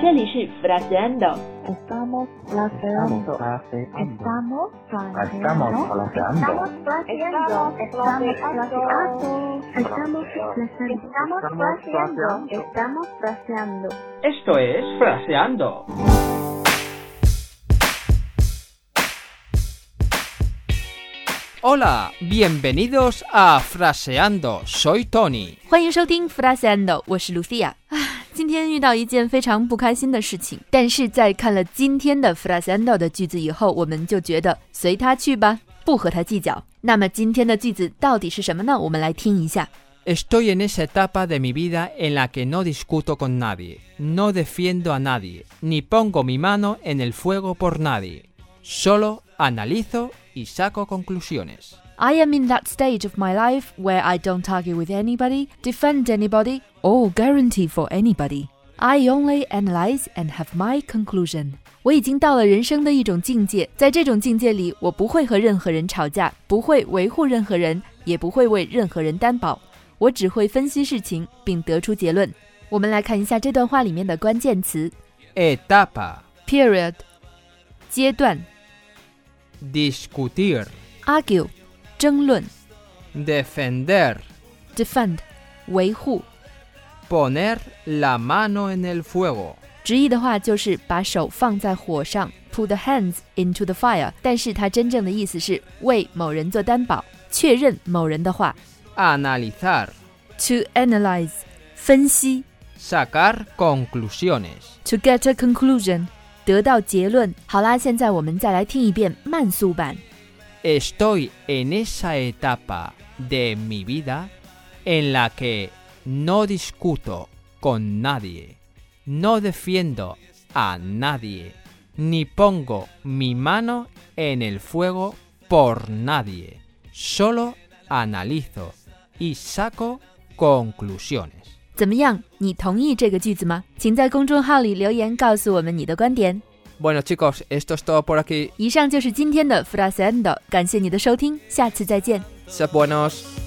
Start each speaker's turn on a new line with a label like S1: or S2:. S1: 这里是 fraseando，
S2: Estamos
S3: Estamos
S2: fraseando.
S3: fraseando.
S2: Estamos fraseando.
S3: Estamos fraseando.
S2: Estamos fraseando. Estamos fraseando.
S3: Estamos fraseando.
S2: Estamos fraseando.
S4: Esto es Fraseando. Hola, bienvenidos a Fraseando. Soy Tony.
S5: 欢迎收听 Fraseando，我是 Lucia。啊，今天遇到一件非常不开心的事情，但是在看了今天的 Fraseando 的句子以后，我们就觉得随他去吧，不和他计较。那么今天的句子到底是什么呢？我们来听一下。
S4: Estoy en esa etapa de mi vida en la que no discuto con nadie, no defiendo a nadie, ni pongo mi mano en el fuego por nadie. Solo analizo y saco conclusiones.
S5: I am in that stage of my life where I don't argue with anybody, defend anybody, or guarantee for anybody. I only analyze and have my conclusion. 我已经到了人生的一种境界，在这种境界里，我不会和任何人吵架，不会维护任何人，也不会为任何人担保。我只会分析事情并得出结论。我们来看一下这段话里面的关键词
S4: Etapa.
S5: period，阶段
S4: Discutir.
S5: argue，争论
S4: Defender.
S5: defend，维护。
S4: Poner la mano en el fuego.
S5: 直译的话就是把手放在火上，put the hands into the fire。但是它真正的意思是为某人做担保，确认某人的话。
S4: Analizar.
S5: To analyze，分析
S4: Sacar conclusiones.
S5: ；to get a conclusion，得到结论。好啦，现在我们再来听一遍慢速版。
S4: Estoy en esa etapa de mi vida en la que no discuto con nadie, no defiendo a nadie, ni pongo mi mano en el fuego por nadie. Solo analizo y saco conclusiones.
S5: 怎么样？你同意这个句子吗？请在公众号里留言告诉我们你的观点。
S4: Bueno chicos, esto es todo por aquí.
S5: 以上就是今天的 Fraseando，感谢你的收听，下次再见。
S4: Sed buenos.